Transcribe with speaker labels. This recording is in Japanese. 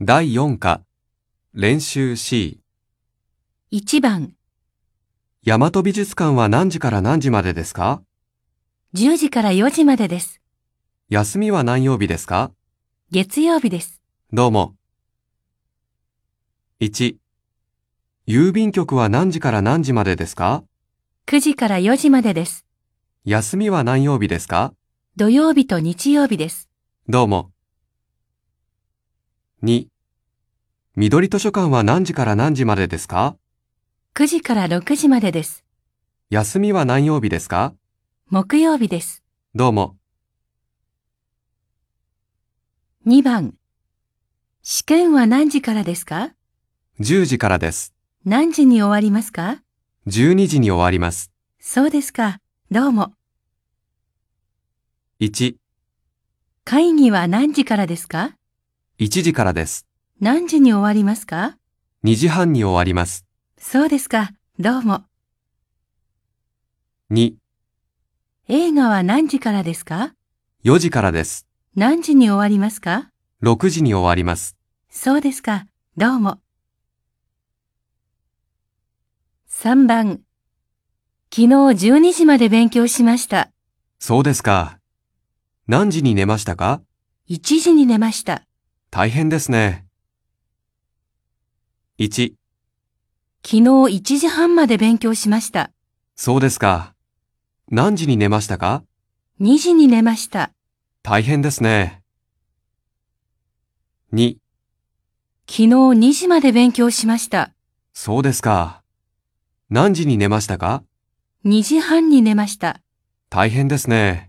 Speaker 1: 第4課、練習 C、
Speaker 2: 1番、
Speaker 1: 大和美術館は何時から何時までですか
Speaker 2: 10時から4時までです。
Speaker 1: 休みは何曜日ですか
Speaker 2: 月曜日です。
Speaker 1: どうも。1、郵便局は何時から何時までですか
Speaker 2: 9時から4時までです。
Speaker 1: 休みは何曜日ですか
Speaker 2: 土曜日と日曜日です。
Speaker 1: どうも。2、緑図書館は何時から何時までですか
Speaker 2: 9時から6時までです。
Speaker 1: 休みは何曜日ですか
Speaker 2: 木曜日です。
Speaker 1: どうも。
Speaker 2: 2番、試験は何時からですか
Speaker 1: 10時からです。
Speaker 2: 何時に終わりますか
Speaker 1: 12時に終わります。
Speaker 2: そうですか。どうも。
Speaker 1: 1、
Speaker 2: 会議は何時からですか
Speaker 1: 1時からです。
Speaker 2: 何時に終わりますか
Speaker 1: 2時半に終わります。
Speaker 2: そうですか。どうも。
Speaker 1: 2、
Speaker 2: 映画は何時からですか
Speaker 1: 4時からです。
Speaker 2: 何時に終わりますか
Speaker 1: 6時に終わります。
Speaker 2: そうですか。どうも。3番。昨日12時まで勉強しました。
Speaker 1: そうですか。何時に寝ましたか
Speaker 2: 1時に寝ました。
Speaker 1: 大変ですね。1、
Speaker 2: 昨日1時半まで勉強しました。
Speaker 1: そうですか。何時に寝ましたか
Speaker 2: 2時に寝ました。
Speaker 1: 大変ですね。2、
Speaker 2: 昨日2時まで勉強しました。
Speaker 1: そうですか。何時に寝ましたか
Speaker 2: 2時半に寝ました。
Speaker 1: 大変ですね。